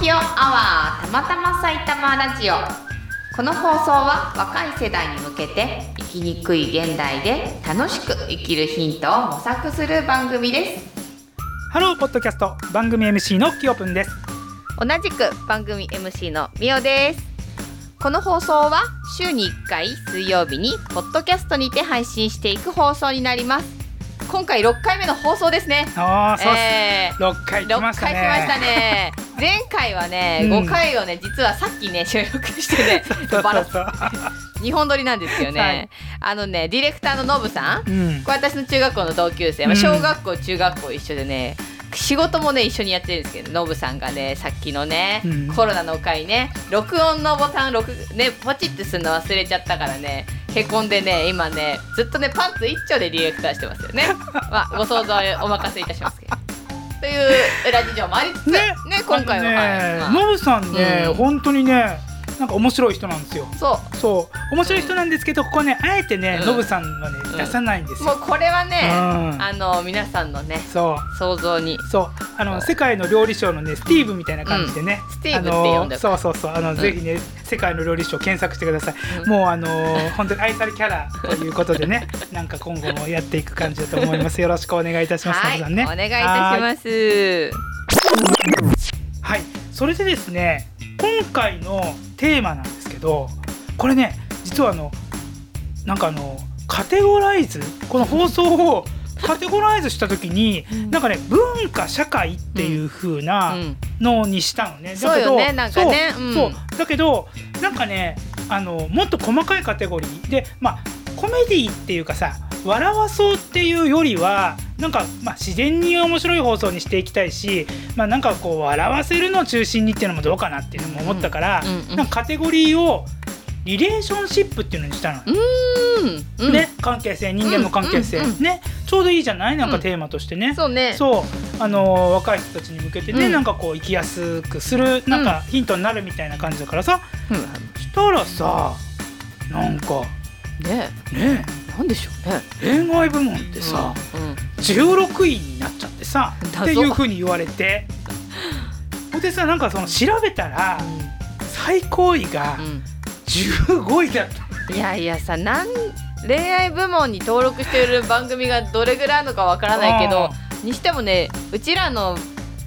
ひよアワーたまたま埼玉ラジオこの放送は若い世代に向けて生きにくい現代で楽しく生きるヒントを模索する番組ですハローポッドキャスト番組 MC のキヨプンです同じく番組 MC のみおですこの放送は週に1回水曜日にポッドキャストにて配信していく放送になります今回6回目の放送ですねああそうっえーす、六回来六ま回し来たまねしたね。前回はね、うん五回をね、実はさっき ね、収録してね、バラそうそう日本撮りなんですよね。はいあのね、ディレクターのノブさん、そうこうんれ私の中学校の同級生、まうあん小学校、中学校一緒でね。仕事もね一緒にやってるんですけどノブさんがねさっきのね、うんコロナの回ね録音のボタン録ねポチってするの忘れちゃったからねへこんでね今ねずっとねパンツ一丁でディレクターしてますよ ねまあご想像お任せいたしますけどという裏事情もありつつねね今回は、ねはいまあノブさんね、うん本当にねなんか面白い人なんですよそそう面白い人なんですけどここはねあえてね、うんノブさんはねうん出さないんですうもよ、うこれはね、うんあの皆さんのねそう想像にそうあの世界の料理賞のねスティーブみたいな感じでね、スティーブって呼んであのそうそうそうあの、んぜひね世界の料理賞検索してください、うんもうあのー本当に愛されキャラということ でねなんか今後もやっていく感じだと思いますよろしくお願いいたします、はい、皆さんねお願いいたしはますいはいそれでですね今回のテーマなんですけどこれね実はあのなんかあのカテゴライズこの放送をカテゴライズした時に、うんなんかね文化社会っていう風な、うんのにしたのね。そうよねなんかねそう,、うんそうだけどなんかねあのもっと細かいカテゴリーでまあコメディっていうかさ笑わそうっていうよりはなんか、まあ、自然に面白い放送にしていきたいし、まあ、なんかこう笑わせるのを中心にっていうのもどうかなっていうのも思ったから、うんうんなんかカテゴリーをリレーションシップっていうのにしたの。うん、うんね、関係性人間の関係性、うんうんうねちょうどいいじゃないなんうかんテーマとしてね。そうねそうあのー若い人たちに向けてね、うんなんかこう生きやすくするなんかヒントになるみたいな感じだからさ、う、したらさなんかん、ねねなんでしょうね恋愛部門ってさ、、うんうん16位になっちゃってさだぞっていうふうに言わ れてほんでさなんかその調べたら最高位がう15位だった、ん、いやいやさなん恋愛部門に登録している番組がどれぐらいあるのかわからないけどにしてもねうちらの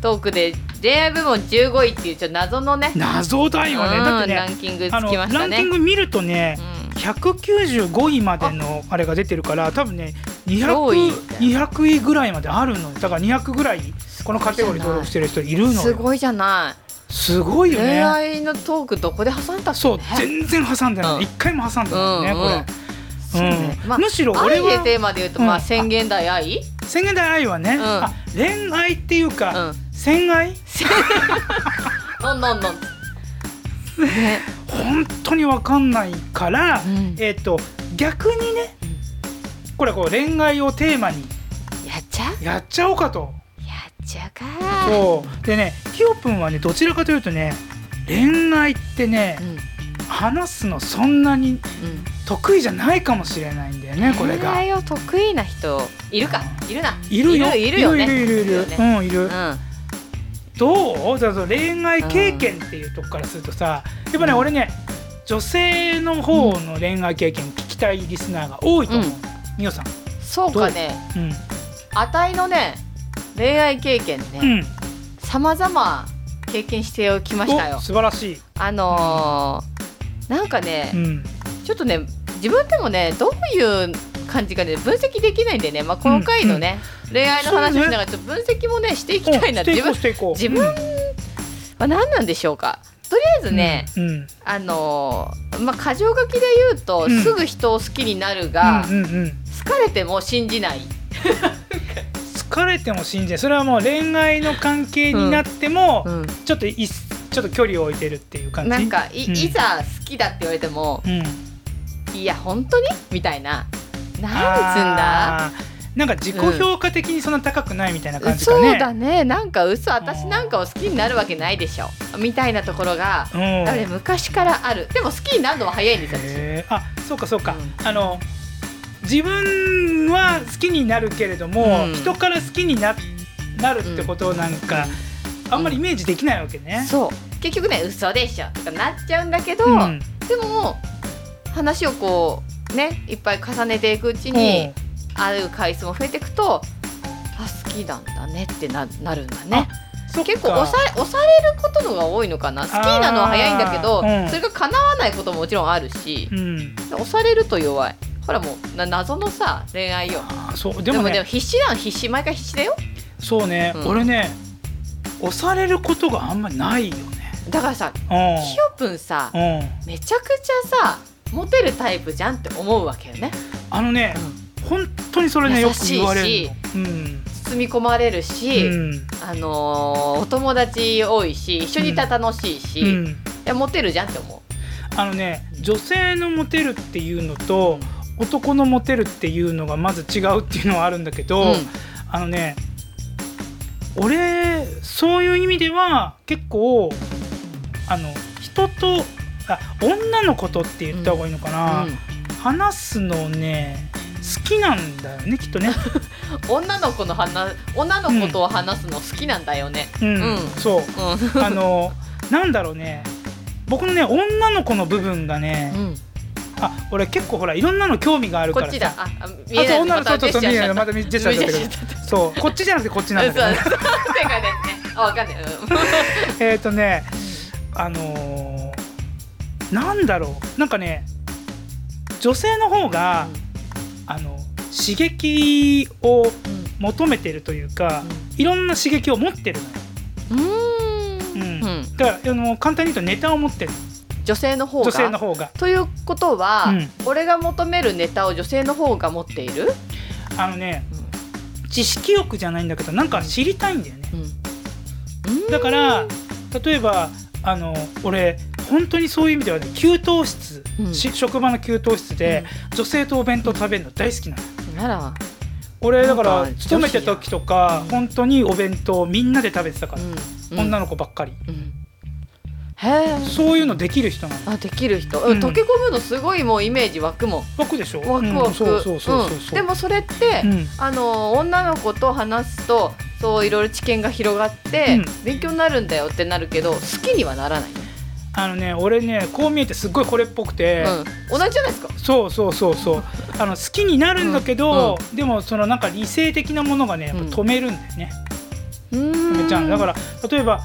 トークで恋愛部門15位っていうちょっと謎のね謎だよね、だっうてんラねンキングつあのきましたランキねン。グ見るとね、195位までのあれが出てるから多分ね上位みた 200, い200位ぐらいまであるのだから200ぐらいこのカテゴリー登録してる人いるうのんよすごいじゃなすごいいよ恋ね愛のトークどこで挟んだっけそうね全然挟んでうなんい一回も挟んでないうんうんよねこそうれねうんまあむしろ俺愛ではテーマで言うと、まあうん宣言台愛、千言台愛はねんあ恋愛っていううん か恋愛のんのんのん。ね、本当にわかんないからうんえっと逆にねこれこう恋愛をテーマにやっちゃうやっちゃおうかと。やっちゃうかそうでねひよぷんはねどちらかというとね恋愛ってね、うん話すのそんなうにん得意じゃないかもしれないんだよねこれ恋が。愛を得意な人いるかいるないるよいるよねいるいるいるいるいるようねんいる、うんどうだから恋愛経験っていうとこからするとさやっぱね、うん俺ね女性の方の恋愛経験を聞きたいリスナーが多いと思う、うんみおさんそうかねうん、あたいのね恋愛経験うねん、さまざま経験してきましたよお素晴らしい、あのーなんかねうん、ちょっとね自分でもねどういう感じかね分析できないんでね、まあ、この回のね、恋愛の話をしながらちょっと分析もねしていきたいなおしてい自こ分うしていこう自分は何なんでしょうかとりあえずね、うんうんあのーまあ箇条書きで言うと、うんすぐ人を好きになるが、うんうんうん疲れても信じない疲れても信じないそれはもう恋愛の関係になっても、うんちょっといちょっと距離を置いてるっていう感じなんかい,、うんざ好きだって言われてもうんいや本当にみたいな何すんだあーなんか自己評価的にそんな高くないみたいな感じそかうね、だねなんか嘘私なんかを好きになるわけないでしょみたいなところがうんだからね昔からあるでも好きになるのは早いんですよ私へーあそうかそうか、うあの自分は好きになるけれども、うん人から好きにななるってことなんか、あんまりイメージできないわけね。そう結局ね嘘でしょとかなっちゃうんだけど、うんでも話をこうねいっぱい重ねていくうちうんに、会う回数も増えていくとあ好きなんだねってななるんだねそっか結構押され押されることのが多いのかな好きなのは早いんだけど、あーうんそれが叶わないことももちろんあるしう、ん、押されると弱いほらもうな謎のさ恋愛よあーそうででもでももね必死なん必死毎回必死だよそうね、うん俺ね押されることがあんまりないよね。だからさうんひよぷんさうん、めちゃくちゃさモテるタイプじゃんって思うわけよねあのね、本当にそれねよ優くしいし言われるの。うん包み込まれるうし、んあのーお友達多いし一緒にいたら楽しいし、ういん、やモテるじゃんって思あのね女性のモテるっていうのと男のモテるっていうのがまず違うっていうのはあるんだけう、ど、あのね俺そういう意味では結構あの人とあ女の子とって言った方がいいのかな、うん話すのね好きなんだよねきっとね、女の子の話女の子と話すの好きなんだよね、うんうんそううんあのなんだろうね僕のね女の子の部分がね、あ俺結構ほらいろんなの興味があるこからっさちだああ見あえなとい女のまた子ジェとスチ見ャーしちゃっえないたまたジェスチャーしちゃったけジェどスチャーしちゃっそうこっちじゃなくてこっ ちなんだけど、ね、たそうそう手がねあわかんない、うんえっとねあのーなんだろうなんかね女性の方が、あの刺激を求めてるというか、いろんな刺激を持ってるのようんうんううんだからあの簡単に言うとネタを持ってる女性の方が女性の方がということは、うん俺が求めるネタを女性の方が持っている、あのね知識欲じゃないんだけどなんか知りたいんだよねうんうんだから例えばあの俺本当にそういう意味ではね給湯室、うんし職場の給湯室で、女性とお弁当食べるの大好きなのうんなら、俺だなかんらか女子勤めてた時とかうん本当にお弁当みんなで食べてたから、うん女の子ばっかり、うんへえそういうのできる人なのあできる人、うんうん溶け込むのすごいもうイメージ湧くもん僕でしょワクワうんク、そうそうそうそううんそうでもそれって、うんあの女の子と話すとそういろいろ知見が広がって、うん勉強になるんだよってなるけど好きにはならない、あのね俺ねこう見えてすっごいこれっぽくて、うん、同じじゃないですかそうそうそうそうあの好きになるんだけど、でもそのなんか理性的なものがねやっぱ止めるんだよね、うーめんちゃんだからら例えば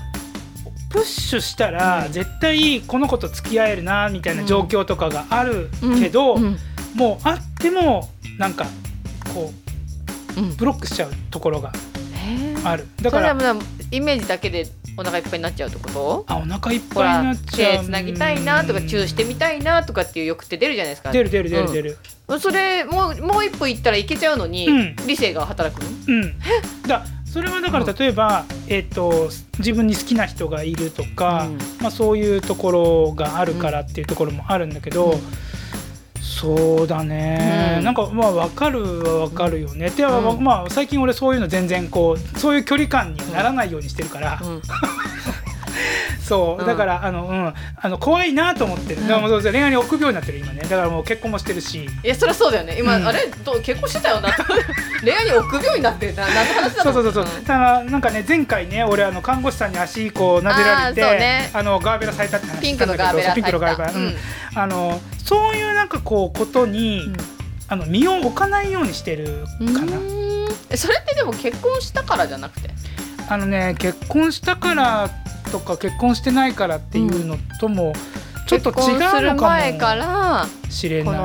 プッシュしたらうん絶対この子と付き合えるなみたいな状況とかがあるけど、うんもうあってもなんかこううんブロックしちゃうところがへーあるだからそれはもうイメージだけでお腹いっぱいになっちゃうってことあお腹いっほぱらいになっちゃう手つなぎたいなとかチューしてみたいなとかっていう欲って出るじゃないですか出る出る出る出るそれもうもう一歩行ったらいけちゃうのに、うん理性が働くのうん、だそれはだかうらん例えば、えっと自分に好きな人がいるとか、うんまあ、そういうところがあるからっていうところもあるんだけど、うんそうだね、うんなんかまあ分かるは分かるよね、ではうんまあ最近俺そういうの全然こうそういう距離感にはならないようにしてるから、うんそううんだから、あのうんあの怖いなと思ってる、うんだからもう恋愛に臆病になってる今ねだからもう結婚もしてるしいやそりゃそうだよね今、うんあれどう結婚してたよな と恋愛に臆病になってるな何の話だそうそうそうそう、んただなんかね前回ね俺あの看護師さんに足こうなでられてあーあ、そうねのガーベラ咲いたって話ピンしたクんのだガーけどベラそうピンクのガーベラ、入っうんあのそういうなんかこうことに、たうんあの身を置かないようにしてるかな、うーんそれってでも結婚したからじゃなくてあのね結婚したからとか結婚してないからっていうのともちょっと違結婚すうるの前かからもしれないな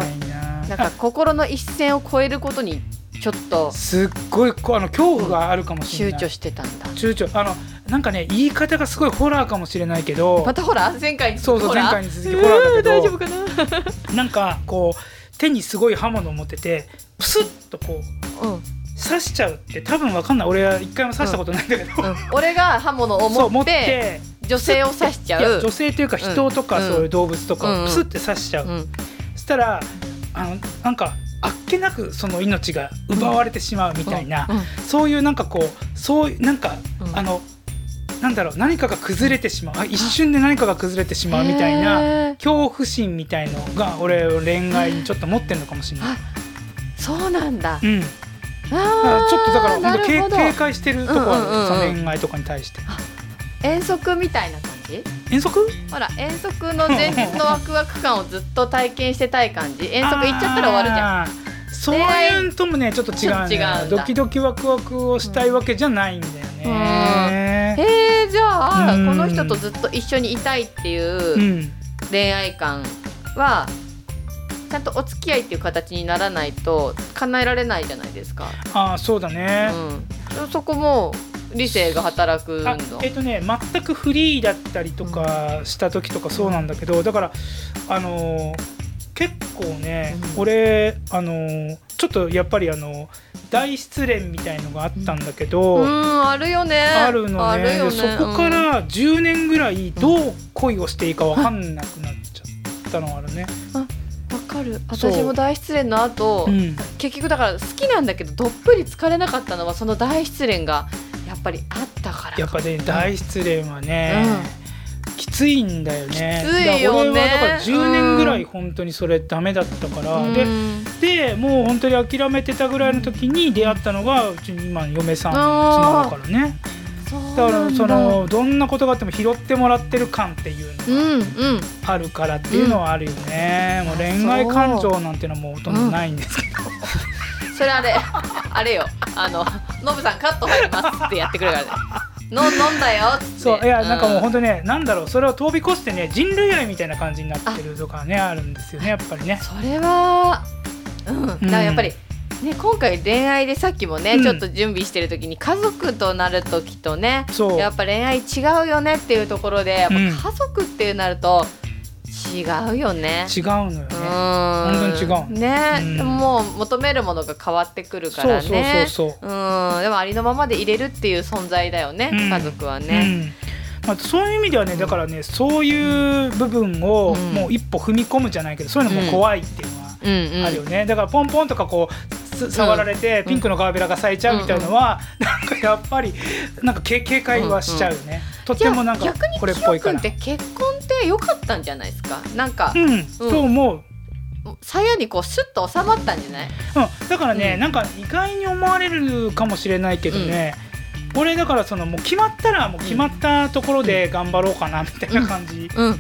なんか心の一線を越えることにちょっとあすっごいこうあの恐怖があるかもしれ躊ない、躇してたんだ躊躇あのなんかね言い方がすごいホラーかもしれないけどまたほら前回にそうそうほら前回に続きホラーだけどうー大丈夫かななんかこう手にすごい刃物を持っててプスッとこううん刺しちゃうって多分わかんない俺は一回も刺したことないんだけど、うん、俺が刃物をそ持う持っってて女性を刺しちゃいやう女性というか人とかうんそういう動物とかうんをプスって刺しちゃう、うんそしたらあのなんかあっけなくその命が奪われてしまうみたいな、そういうなんかこうそういうなんか、うんうんあのなんだろう何かが崩れてしまうあ一瞬で何かが崩れてしまうみたいなへー恐怖心みたいのが俺恋愛にちょっと持ってるのかもしれないあ。そうなんだうんああーちょっとだからな本当る警ほど警戒してるとこある、うんうんうんうんその恋愛とかに対して。遠足みたいな感じ遠足ほら遠足の前日のワクワク感をずっと体験してたい感 じ遠足行っちゃったら終わるじゃんんそういうのともねちょっと違うんだちょっと違ようんだドキドキワクワクをしたいわけじゃないんだよねへえじゃあうんこの人とずっと一緒にいたいってういうん恋愛観はちゃんとお付き合いっていう形にならないと叶えられないじゃないですか、ああそうだね、うん、そこも理性が働くあのえっとね全くフリーだったりとかした時とかそうなんだけどだからあのー結構ね、うん俺あのーちょっとやっぱりあの大失恋みたいのがあったんだけど、うんあるよねあるのあねるよねでそこかうんら10年ぐらいどう恋をしていいか分かんなくなっちゃったのがあるね。わかるそう私も大失恋の後、うん結局だから好きなんだけどどっぷり疲れなかったのはその大失恋がやっぱりあったからやっぱね大失恋はね、きついんだよねきついよねだから俺はだから10年ぐらい本当にそれダメだったから、うんででもう本当に諦めてたぐらいの時に出会ったのがうちの今の嫁さんの妻だからねそうなんだからそだのどんなことがあっても拾ってもらってる感っていううのがんうんあるからっていうのはあるよね、もう恋愛感情なんてのはもうほとんどないんですけど、それあれあれよあのノブさんカット入りますってやってくるからねの飲んだよっつってそういやなんかもうう本当ねなんだろうそれを通り越してね人類愛みたいな感じになってるとかねあるんですよねやっぱりね。それはうんだからやっぱり、ね、今回恋愛でさっきもね、うんちょっと準備してる時に家族となる時とねそうやっぱ恋愛違うよねっていうところでやっぱうん家族ってなると違うよね。違うのよね。うん本当に違うね、うんでももう求めるものが変わってくるからねそうそうそううんでもありのままでいれるっていう存在だよね、うん家族はうね、んまあ、そういう意味ではねだからねそういう部分をうんもう一歩踏み込むじゃないけどそういうのも怖いっていうのはうん、うんあるよね、だからポンポンとかこうす触られてんピンクのガーベラが咲いちゃうみたいなのは、なんかやっぱりなんかけ警戒はしちゃうよね、とっじてゃもなあんか逆にこれっキぽいヨか君らっ。て結婚って良かったんじゃないですかなんかう、ん、と思う、鞘にこうスッと収まったんじゃないうん、だからね、うんなんか意外に思われるかもしれないけどね、俺だからそのもう決まったらもう決まったところで頑張ろうかなみたいな感じうん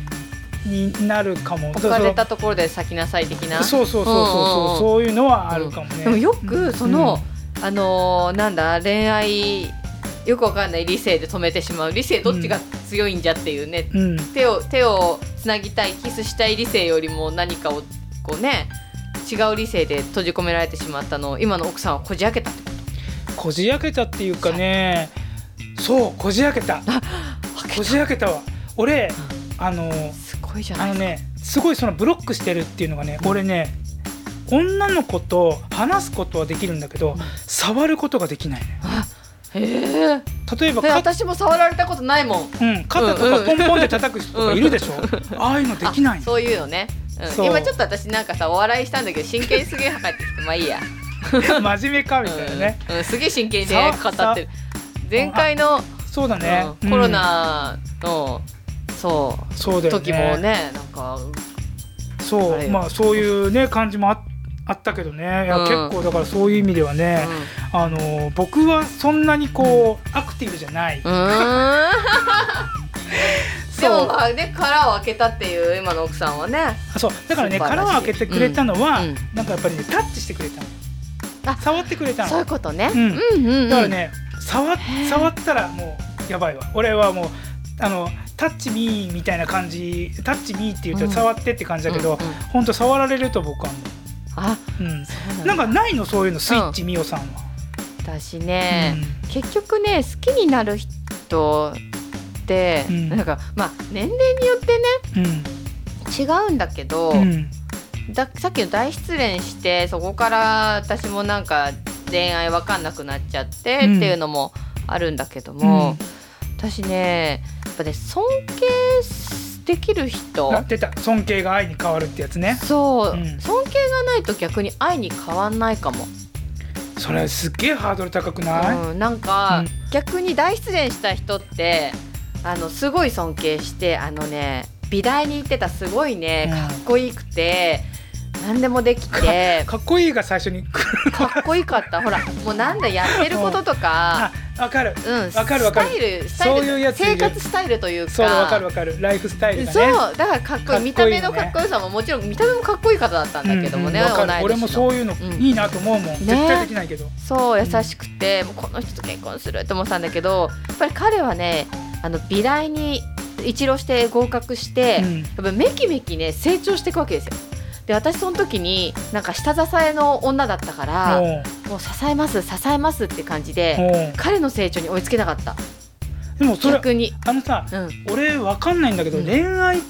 になるかも、置かれたところで咲きなさい的なそうそうそううんうんそううんそういうのはあるかもね。でもよくその、あのーなんだ恋愛よくわかんない理性で止めてしまう理性どっちが強いんじゃっていうね、うん、うん手を手をつなぎたいキスしたい理性よりも何かをこうね違う理性で閉じ込められてしまったのを今の奥さんはこじ開けたってここじ開けたっていうかね、そうこじ開けた、とこじ開けたわ。俺あのすごいじゃあないのねすごいそのブロックしてるっていうのがね、俺ね女の子と話すことはできるんだけど、うん触ることができないね。へえ例えばで肩、私も触られたことないもんうん、肩とかポンポンで叩く人とかいるでしょ。ああいうのできないあの。そういうのね、うんそう今ちょっと私なんかさお笑いしたんだけど真剣にすげえ測ってきてまあいいや 真面目かみたいなね。うん、うん、すげえ真剣に恋愛語ってる前回の、そうだね。うんコロナの、そうんそうだうよね。時もねなんかそあれうよまあそういうね感じもああったけどねいや、うん結構だからそういう意味ではね、あの僕はそんなにこう、アクティブじゃない、うんう ーんでそもうまあね殻を開けたっていう今の奥さんはねあそうだからね素晴らしい殻を開けてくれたのは、うんうんなんかやっぱりねタッチしてくれたのあ触ってくれたそういのうことね、うんうんうんうんだからね触ー触ったらもうやばいわ俺はもうあのタッチミーみたいな感じタッチミーって言ってうん触ってって感じだけど、うんうんほんと触られると僕はもあう、うん、そうななんんだかないのそういうのスイッチミオさんは。私ね、うん結局ね好きになる人って、うんなんかまあ年齢によってね違うんだけど、うんうんださっきの大失恋してそこから私もなんか恋愛わかんなくなっちゃってってうんいうのもあるんだけども、私ねやっぱね尊敬できる人あ出た尊敬が愛に変わるってやつねそう、うん尊敬がないと逆に愛に変わんないかも、それすっげえハードル高くない、うん、なんか、うん逆に大失恋した人ってあのすごい尊敬してあのね美大に行ってたすごいねうんかっこよくて、何でもでき てかっこいいが最初に来 るのかっこよかったほらもうなんだやってることとかあわかるうんわかるわかるスタイルスタイルそういうやついる生活スタイルというかそうわかるわかるライフスタイルがねそうだからかっこいい見た目かのっこいいよねかっこよさももちろん見た目もかっこいい方だったんだけどもね、うんうんわかる同い年の俺もそういうのんいいなと思うもん、絶対できないけどそう優しくてもうこの人と結婚するって思ってたんだけどやっぱり彼はねあの美大に一浪して合格して、うやっんぱめきめきね成長していくわけですよ。で私その時になんか下支えの女だったからももう支えます支えますって感じうでも彼の成長に追いつけなかったうでもそれ逆に。あのさうんうん俺わかんないんだけど、うん恋愛っ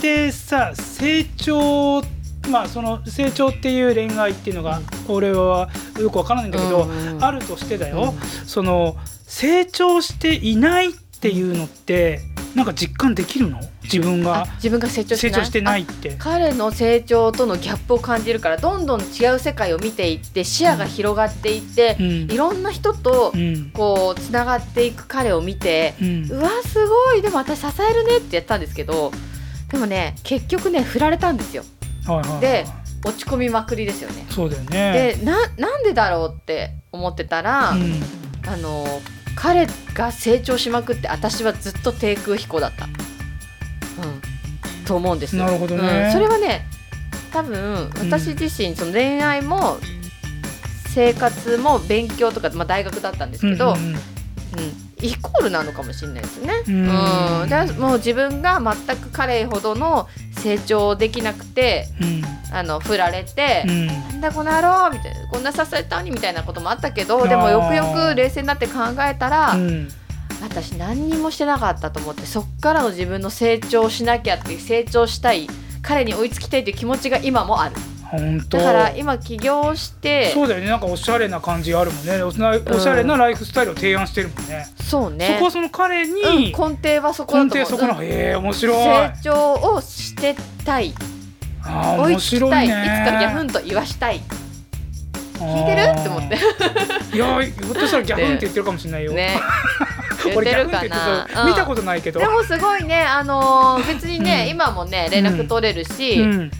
てさ成長まあその成長っていう恋愛っていうのが俺はよくわからないんだけど、あるるとしてだよ、その成長していないっていうのってなんか実感できるの自分が自分が成長して成ない長してないって。彼の成長とのギャップを感じるからどんどん違う世界を見ていって視野が広がっていってう、んいろんな人とうんこうつながっていく彼を見てうんうわすごいでも私支えるねってやったんですけどでもね結局ね振られたんですよはいはいで落ち込みまくりですよね。そうだよね。でななんでだろうって思ってたら、うんあの彼が成長しまくって私はずっと低空飛行だった、うん、と思うんですよなるほどねうん、それはね多分うん私自身その恋愛も生活も勉強とか、まあ、大学だったんですけど、うんうんうんイコールなのかもしれないですね。ううんん、だからもう自分が全く彼ほどの成長できなくてうんあの振られて、うんなんだこの野郎みたいなこんな支えたのにみたいなこともあったけどでもよくよく冷静になって考えたら、うん私何にもしてなかったと思ってそっからの自分の成長しなきゃっていう成長したい彼に追いつきたいという気持ちが今もある本当だから今起業してそそううだよねなんかおしゃれな感じがあるもんねおしゃおしゃれなライフスタイルを提案してるもんね、ねそこはその彼に、うん、根底はそこだ根と思底うそこの、うんへえ面白い成長をしてたいあー追い面つきたい白いいつねかギャフンと言わしたい聞いてるって思って ていやひょっとしたらギャフンって言ってるかもしれないよ、ね言っ 俺てギるャフンっかて言っなてそう、見たうんことないけどでもすごいね、あの ー別にね、うん今もね連絡取れるし、うん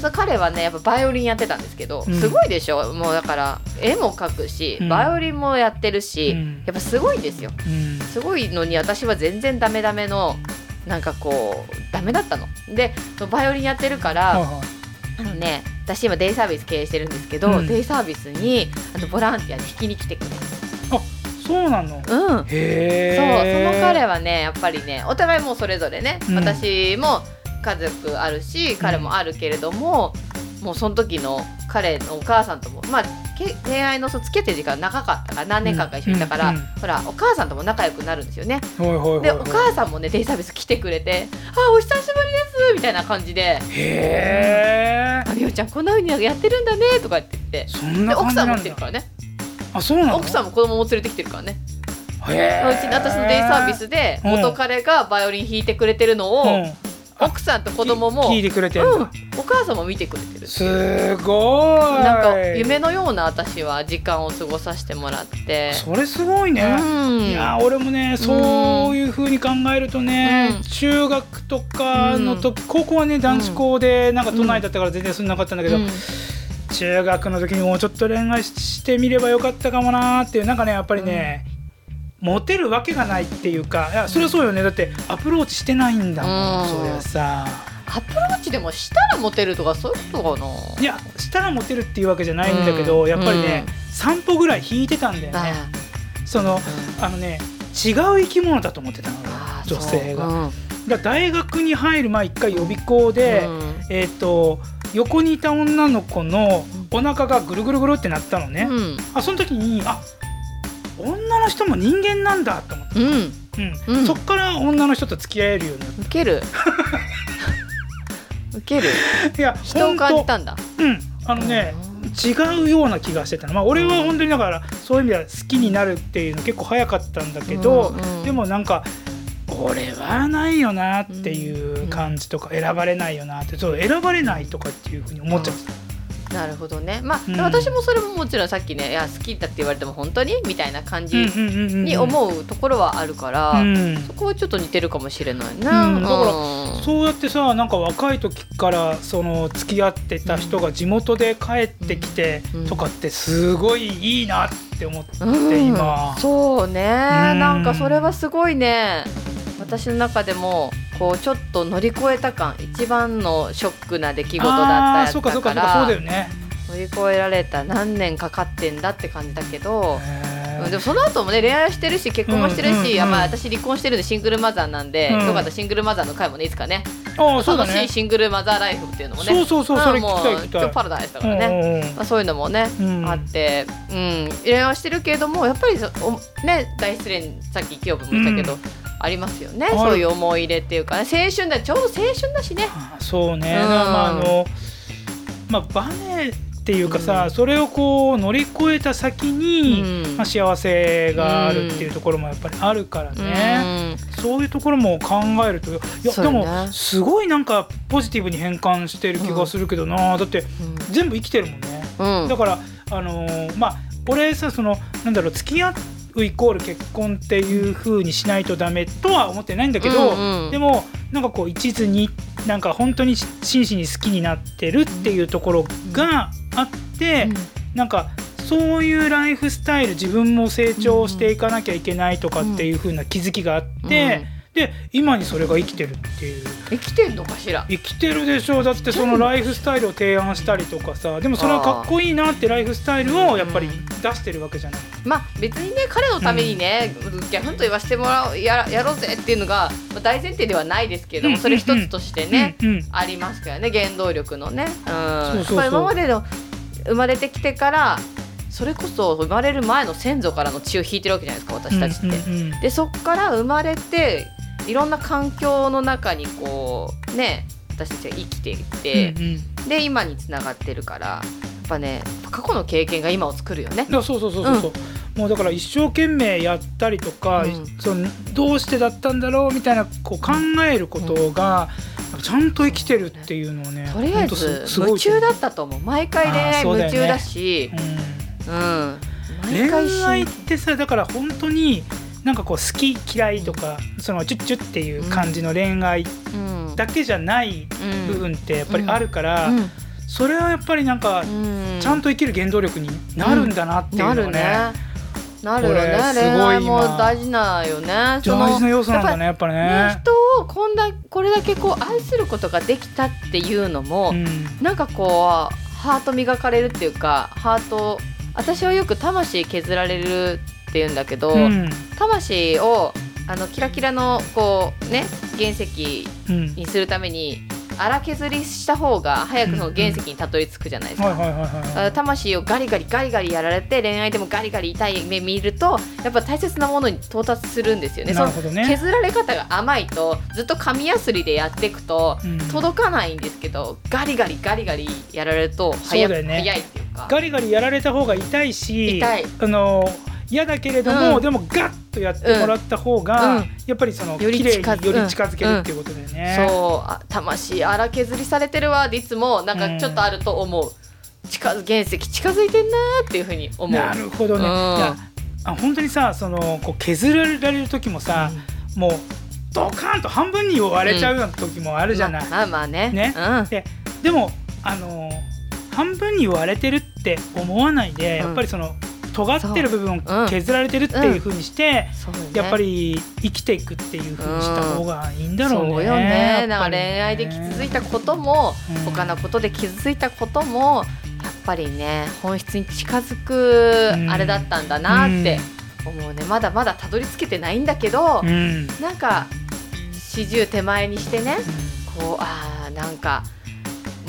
そう彼はねやっぱバイオリンやってたんですけど、うんすごいでしょもうだから絵も描くし、うんバイオリンもやってるし、うんやっぱすごいんですようんすごいのに私は全然ダメダメのなんかこうダメだったの。でバイオリンやってるから、はいはあのね私今デイサービス経営してるんですけど、うんデイサービスにあのボランティアで引きに来てくれる。いそうなのうんへそうそえの彼はねやっぱりねお互いもうそれぞれね、うん私も家族あるし彼もあるけれども、もうその時の彼のお母さんともまあけ恋愛のそう付き合ってる時間長かったから何年間か一緒にいたから、うんうんうんほらお母さんとも仲良くなるんですよね。はいはいはいはいでお母さんもねデイサービス来てくれて「あお久しぶりです」みたいな感じでへ「あみおちゃんこんな風にやってるんだね」とかって言ってえ。そんでな感奥じさんなも来んてるだからねあそうなの奥さんも子供も連れてきてるからねへうーちの私のデイサービスでうん元彼がバイオリン弾いてくれてるのを、うん奥さんと子供も、う聞いん、てくれてるんだ、お母さんも見てくれてるすごいなんか夢のような私は時間を過ごさせてもらってそれすごいうね、んいやー俺もねそういう風に考えるとね、うん中学とかの時、高校はね男子校でなんか都内だったから全然そんななかったんだけど、うん中学の時にもうちょっと恋愛ししてみればよかったかもなーっていうなんかねやっぱりね、モテるわけがないっていうかいやそれはそうよねだってアプローチしてないんだもん、うんそりゃさアプローチでもしたらモテるとかそういうことかないやしたらモテるっていうわけじゃないんだけど、うんやっぱりね、散歩ぐらい引いてたんだよね、あそあのうんあのね違う生き物だと思ってたのああ女性が。そうだから大学に入る前一回予備校で、うんうんえっ、と横にいた女の子のお腹がぐるぐるぐるってなったのね、うんあその時にあ女の人も人間なんだと思って、うんうんうんそっから女の人と付き合えるようになっウケ るウケるたいや人を本感じ当たんだうんあのね、違うような気がしてたのまあ俺は本当にだからそういう意味では好きになるっていうの結構早かったんだけど、うんうんでもなんか俺はないよなっていう感じとか選ばれないよなってそう選ばれないとかっていうふうに思っちゃうなるほどねまあ、うん私もそれももちろんさっきね「いや好きだって言われても本当に?」みたいな感じうんうんうんうんに思うところはあるから、うんそこはちょっと似てるかもしれないな、うんだからうんそうやってさなんか若い時からその付き合ってた人が地元で帰ってきてうんとかってすごいいいなって思ってうん今、そうね、んなんかそれはすごいね私の中でもこうちょっと乗り越えた感一番のショックな出来事だったあやあーつそうかそだうかかそうかそうだらよね。乗り越えられた何年かかってんだって感じだけど、へうんーでもその後もね恋愛してるし結婚もしてるし、うんうんうんあまあ、私離婚してるんでシングルマザーなんで、うんよかったらシングルマザーの回もねいつかねああそうだ楽しねい。シングルマザーライフっていうのもねそうそうそうそれん聞きたい聞きもう今日パたラダイスだからね、い。うんうんうんまあ、そういうのもねうんあって、うん、恋愛はしてるけれどもやっぱりそおね大失恋さっき清部も言ったけど、ありますよねるそういう思い入れっていうか、ね、青春だちょうど青春だしね。あそうね、うんまああのまあバネっていうかさ、うんそれをこう乗り越えた先に、うんまあ、幸せがあるっていうところもやっぱりあるからね、そういうところも考えるといやそうでよねもすごいなんかポジティブに変換してる気がするけどな、だって全部生きてるもんね。うんうんだからあのーまあ俺さそのなんだろう付き合うイコール結婚っていう風にしないとダメとは思ってないんだけど、うんうんでもなんかこう一途になんか本当にし真摯に好きになってるっていうところがあって、なんかそういうライフスタイル自分も成長していかなきゃいけないとかっていう風な気づきがあって、で今にそれが生きてるっていう。うん生きてんのかしら生きてるでしょうだってそのライフスタイルを提案したりとかさでもそれはかっこいいなってライフスタイルをやっぱり出してるわけじゃない、まあ別にね彼のためにね、ギャフンと言わせてもらおうややろうぜっていうのがまあ大前提ではないですけれども、うんそれ一つとしてね、うんうんありますからね原動力のね。うんそうそうそうまあ今までの生まれてきてからそれこそ生まれる前の先祖からの血を引いてるわけじゃないですか私たちって。うんうんうんでそっから生まれていろんな環境の中にこうね私たちは生きていて、うんうんで今につながってるからやっぱね過去の経験が今を作るよねだ。からそうそうそうそうそう、もうだから一生懸命やったりとか、うんそのどうしてだったんだろうみたいなこう考えることが、ちゃんと生きてるっていうのをねとりあえほんずすすご夢いと思中うだったと思う毎回恋あー愛そうだよ夢ね中だしうんうん毎恋回し愛ってさだから本当になんかこう好き嫌いとかそのチュッチュっていう感じの恋愛うんだけじゃない部分ってやっぱりあるから、うんそれはやっぱりなんかうんちゃんと生きる原動力になるんだなっていうのなをね,、るね。なるよこれね。す恋ごい愛も今大事なよね。その大事な要素なんだねやっぱねね。人をこんなこれだけこう愛することができたっていうのも、うんなんかこうハート磨かれるっていうかハート私はよく魂削られるっていうんだけど、うん魂をあのキラキラのこうね原石うんにするために荒削りした方が早くその原石にたどり着くじゃないですかはいはいはいはあ魂をガリガリガリガリやられて恋愛でもガリガリ痛い目見るとやっぱ大切なものに到達するんですよい。ね。なるほどそのね。削られ方が甘いとずっと紙やすりでやっていくとうん届かないんですけどガリガリガリガリやられるとそ早,、うだよね早いっていうかガリガリやられた方が痛いし、痛いあの嫌だけれども、うんでもガッとやってもらった方が、うんやっぱりそのより綺麗近にづより近づけるっていうことだよね。そうあ魂荒削りされてるわでいつもなんかちょっとあると思う、近づ原石近づいてんなーっていうふうに思う。なるほどね。うんいやあ本当にさそのこう削られる時もさ、もうドカンと半分に割れちゃうような時もあるじゃない。まあまあね。ねうんでもあの半分に割れてるって思わないで、うんやっぱりその尖ってる部分そううをん削られてるっていう風にして、そうよねやっぱり生きていくっていう風にした方がいいんだろうね。そうよねやなっんぱかり恋ね愛で傷ついたことも、うん他のことで傷ついたこともやっぱりね本質に近づくうんあれだったんだなって思うね、まだまだたどり着けてないんだけど、うんなんか四十手前にしてねこうあーなんか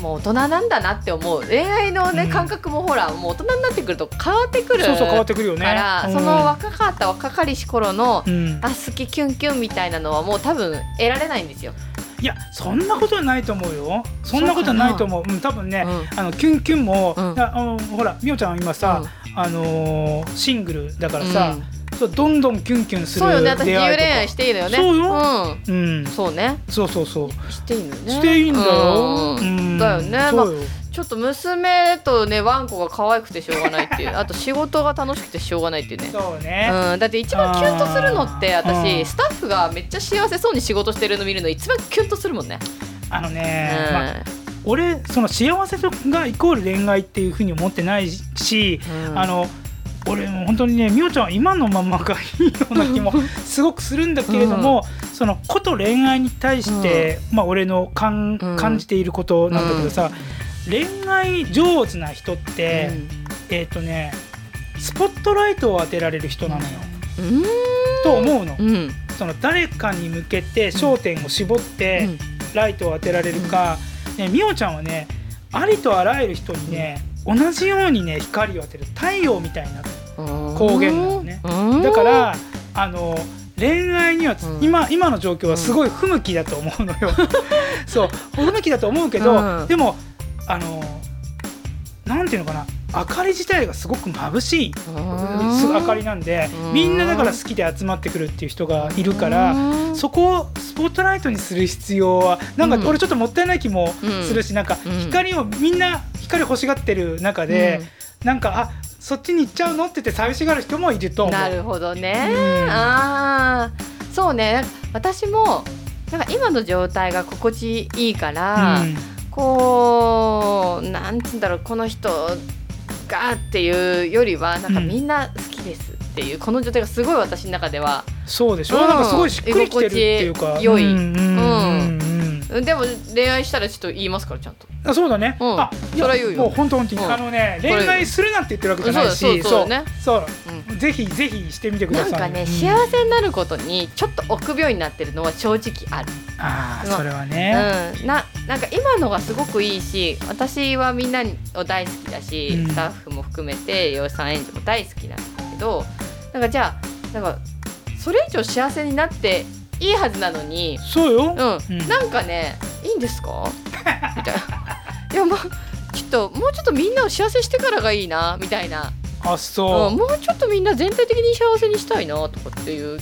もう大人なんだなって思う恋愛のね、うん感覚もほらもう大人になってくると変わってくるそうそう変わってくるよね。から、うんその若かった若かりし頃の、うんあ好きキュンキュンみたいなのはもう多分得られないんですよ。いやそんなことはないと思うよ。そんなことはないと思う。うん多分ね、うあのキュンキュンも、うんああのほらみおちゃんは今さ、あのーシングルだからさう、んそうどんどんキュンキュンするそうよね私自出由会いと恋か愛していいのよねそうようんうん、そうねそうそうそう、していいのよねしていいんだよ、ううんんだよねそうよ、ちちょっと娘とねワンコが可愛くてしょうがないっていうあと仕事が楽しくてしょうがないっていうねそうね、うん、だって一番キュンとするのってあー私、うんスタッフがめっちゃ幸せそうに仕事してるの見るの一番キュンとするもんね、あのうんね、まあ、俺その幸せとがイコール恋愛っていうふうに思ってないし、うんあの俺もう本当にね美桜ちゃんは今のままがいいような 気もすごくするんだけれども、その子と恋愛に対して、まあ、俺の感うん感じていることなんだけどさ、恋愛上手な人って、えっ、とねスポットライトを当てられる人なのよ、うんと思うの。うんうんその誰かに向けて焦点を絞ってライトを当てられるか、ね、美桜ちゃんはねありとあらゆる人にね、同じようにね光を当てる太陽みたいな光源なのねうんだからあの恋愛にはつ、うん今今の状況はすごい不向きだと思うの よ。そう不向きだと思うけど、うんでもあのなんていうのかな明かり自体がすごく眩しいうんす明かりなんでうんみんなだから好きで集まってくるっていう人がいるから。うんそこをスポットライトにする必要はなんうんか俺ちょっともったいない気もするし、なんかうん光をみんな光欲しがってる中で、なんかあそっちに行っちゃうのって言って寂しがる人もいるうとん思う。なるほどね、うんあーそうね私もなんか今の状態が心地いいから、うんこうなんつうんだろうこの人がっていうよりはなんかうんみんな好きですっていう、この状態がすごい私の中ではそうでしょ、うんなんかすごいしっくりきてるっていうか居心地良いうんうんうんうんうんでも恋愛したらちょっと言いますからちゃんと。あそうだね、うんあいやそれは言うよもう本当本当に、うんあのね恋愛するなんて言ってるわけじゃないしそうだそうだそうねそうぜひぜひしてみてくだなんさいかね、うん幸せになることにちょっと臆病になってるのは正直ある、あうあんそれはうね、ん、ななんか今のがすごくいいし私はみんなを大好きだし、うんスタッフも含めて養蚕園児も大好きなんだけどなんかじゃあなんかそれ以上幸せになっていいはずなのにそうよ、う、うんんなんかねいいんですかみたいな「いやもうちょっともうちょっとみんなを幸せしてからがいいな」みたいな、あうん、そう、もうちょっとみんな全体的に幸せにしたいなとかっていう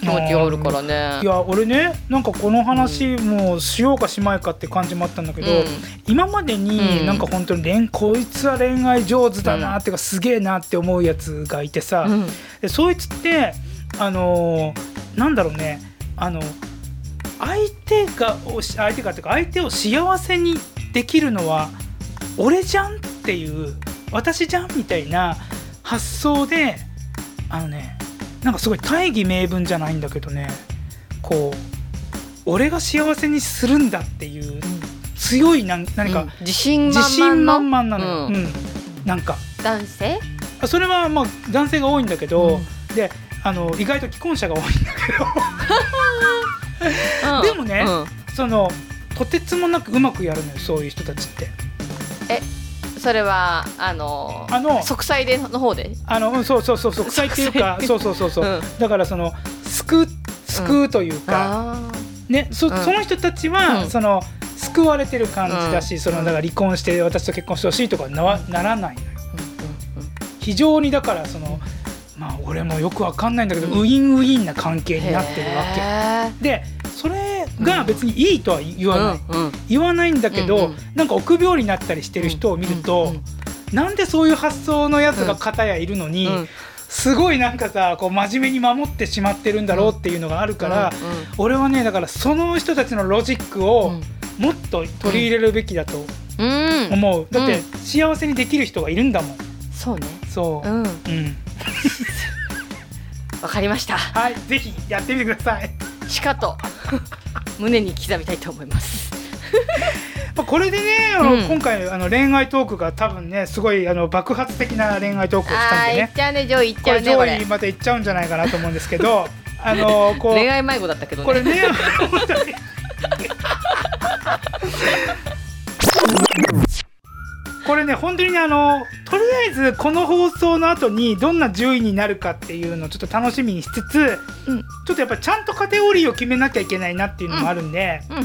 気持ちがあるからねい。や俺ねなんかこの話もうしようかしまいかって感じもあったんだけうど、ん今までうんになんか本当に恋こいつは恋愛上手だなっていうかすげえなって思うやつがいてさ、うんでそいつってあのーなんだろうねあの相手がおし相手がっていうか相手を幸せにできるのは俺じゃんっていう私じゃんみたいな発想であのねなんかすごい大義名分じゃないんだけどねこう俺が幸せにするんだっていう強いなん何うんか自信自信満々満の々なのよ。ううんんなんか男性あそれはまあ男性が多いんだけど、うであの意外と既婚者が多いんだけどうんでもねうんそのとてつもなくうまくやるのよそういう人たちってそれはあのあの息災での方で、あの、うん、そうそうそうそう臭いっていうか 臭いそうそうそうそう、うんだからその救う救うというか、あねそうんその人たちは、うんその救われてる感じだし、うんそのだから離婚して私と結婚してほしいとかなわならないのよーうんうんうん非常にだからそのまあ俺もよくわかんないんだけど、ウィンウィンな関係になってるわけへでそれが別にいいとは言わない、ーうんうん言わないんだけど、うんうなんか臆病になったりしてる人を見ると、なんでそういう発想のやつが片やいるのに、うんうんすごいなんかさこう真面目に守ってしまってるんだろうっていうのがあるから、うんうん俺はねだからその人たちのロジックをもっと取り入れるべきだとうん、うん、思う、だってうん幸せにできる人がいるんだもんそうねそうう、んうん、わかりましたはいぜひやってみてくださいしかと 胸に刻みたいと思いますまあこれでね、あうんの今回あの恋愛トークが多分ねすごいあの爆発的な恋愛トークをしたんあでーいねっちゃうねジョーいっちこゃうれね上こ位にれまた行っちゃうんじゃないかなと思うんですけどあのこ恋う愛迷子だったけどねこれね本当に これね本当にねあのとりあえずこの放送の後にどんな順位になるかっていうのをちょっと楽しみにしつつ、うんちょっとやっぱちゃんとカテゴリーを決めなきゃいけないなっていうのもあるんで、うんうん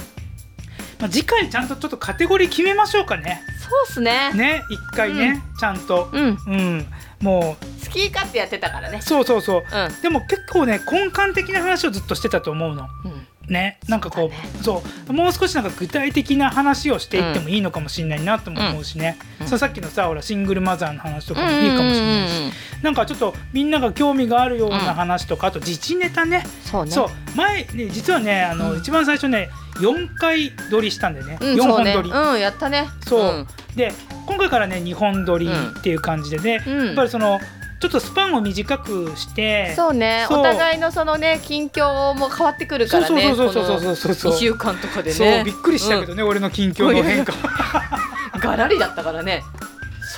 まあ、次回ちゃんとちょっとカテゴリー決めましょうかねそうっすねね一回ね、ちゃんと、うんうん、もスキーカットやってたからねうそうそうそううんでも結構ね根幹的な話をずっとしてたと思うの。うんねなんかこうそう,、もう少しなんか具体的な話をしていってもいいのかもしれないなとも思うしね、うんうんそうさっきのさほらシングルマザーの話とかもいいかもしれないし、うんうんうんうんなんかちょっとみんなが興味があるような話とか、あと自治ネタねそうねそう前ね実はねあの、うん一番最初ね4回撮りしたんでね、うん、 4そう本ね撮り、うんやったねそううんで今回からね2本撮りっていう感じでね、うんやっぱりそのちょっとスパンを短くしてそうねそうお互いのそのね近況も変わってくるからねそうそうそうそうそうこそうのそう2週間とかでそうねびっくりしたけどね、俺の近況の変化がらりだったからね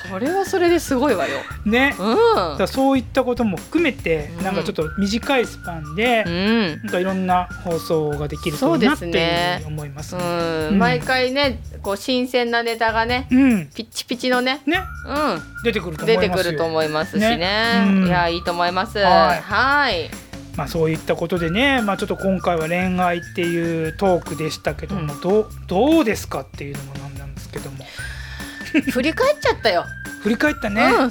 それはそれですごいわよ ね、うんだからそういったことも含めて、うんなんかちょっと短いスパンで、うんなんかいろんな放送ができるといいなってそういですうふうに思います。うんうん毎回ねこう新鮮なネタがねうん、ピッチピチのね、ねう出てくるとん、思い出ますてくよると思いますしねねうんいやいいと思いますはいはいまあそういったことでね、まあちょっと今回は恋愛っていうトークでしたけども、どうどうですかっていうのもなんなんですけども、振り返っちゃったよ、振り返ったうんね。青春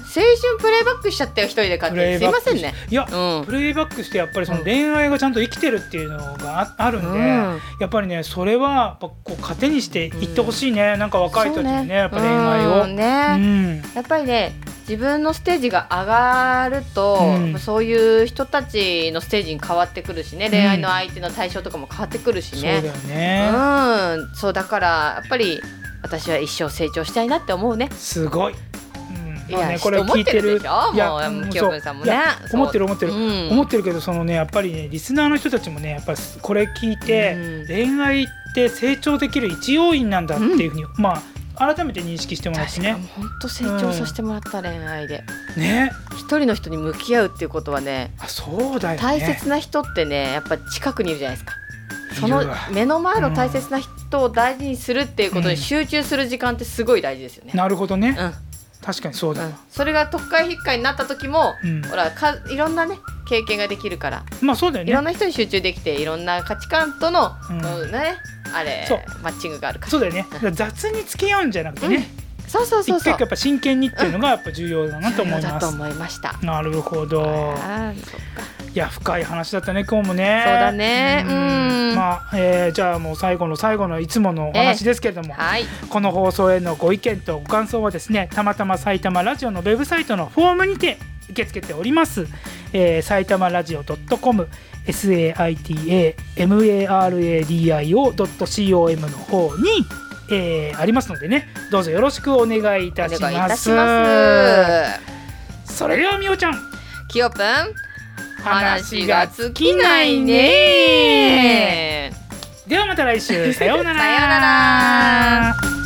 プレイバックしちゃったよ一人で勝プ手レにイすいバッまクせんしねいや、うんプレイバックしてやっぱりそのうん恋愛がちゃんと生きてるっていうのがああるんで、うんやっぱりねそれはやっぱこう糧にしていってほしいね、なんか若い時にそうねやっぱ恋愛を。ううんんね、やっぱりね自分のステージが上がると、うんそういう人たちのステージに変わってくるしね、ん恋愛の相手の対象とかも変わってくるしそうねだうよね、んそうだからやっぱり私は一生成長したいなって思うね。すごい。うん、まあいやねこれを聞いてる人思ってるでしょいやもううん清文さんもねいやそう思ってる思ってる、うん思ってるけどそのねやっぱりねリスナーの人たちもねやっぱりこれ聞いて、うん恋愛って成長できる一要因なんだっていうふうに、まあ改めて認識してもらっ確てかにね本当成長させてもらった恋愛でね一人の人に向き合うっていうことはねあそうだよね大切な人ってねやっぱ近くにいるじゃないですかそいのるわ目の前の大切な人を大事にするっていうことに集中する時間ってすごい大事ですよね。なるほどね、うんうん確かにそうだわ、それが特会引っかいになった時も、うんほらかいろんなね経験ができるから、まあそうだよいろんねな人に集中できていろんな価値観との、うんうんねあれそうマッチングがあるから。そうだよねだから雑に付き合うんじゃなくてね、そうそうそう一回そう一回や。っぱ真剣にっていうのがやっぱ重要だなと思いだまとす、思いました。なるほどあーそうかいや深い話だったね今日もねそうだねうんまあ、えーじゃあもう最後の最後のいつものお話ですけれども、はい。この放送へのご意見とご感想はですねたまたま埼玉ラジオのウェブサイトのフォームにて受け付けております、えー、埼玉ラジオ .com saitamaradio.com の方に、えーありますのでねどうぞよろしくお願いいおたし願いいまたすします。それではみおちゃんキヨプン話が尽きないね。ではまた来週さようならさようなら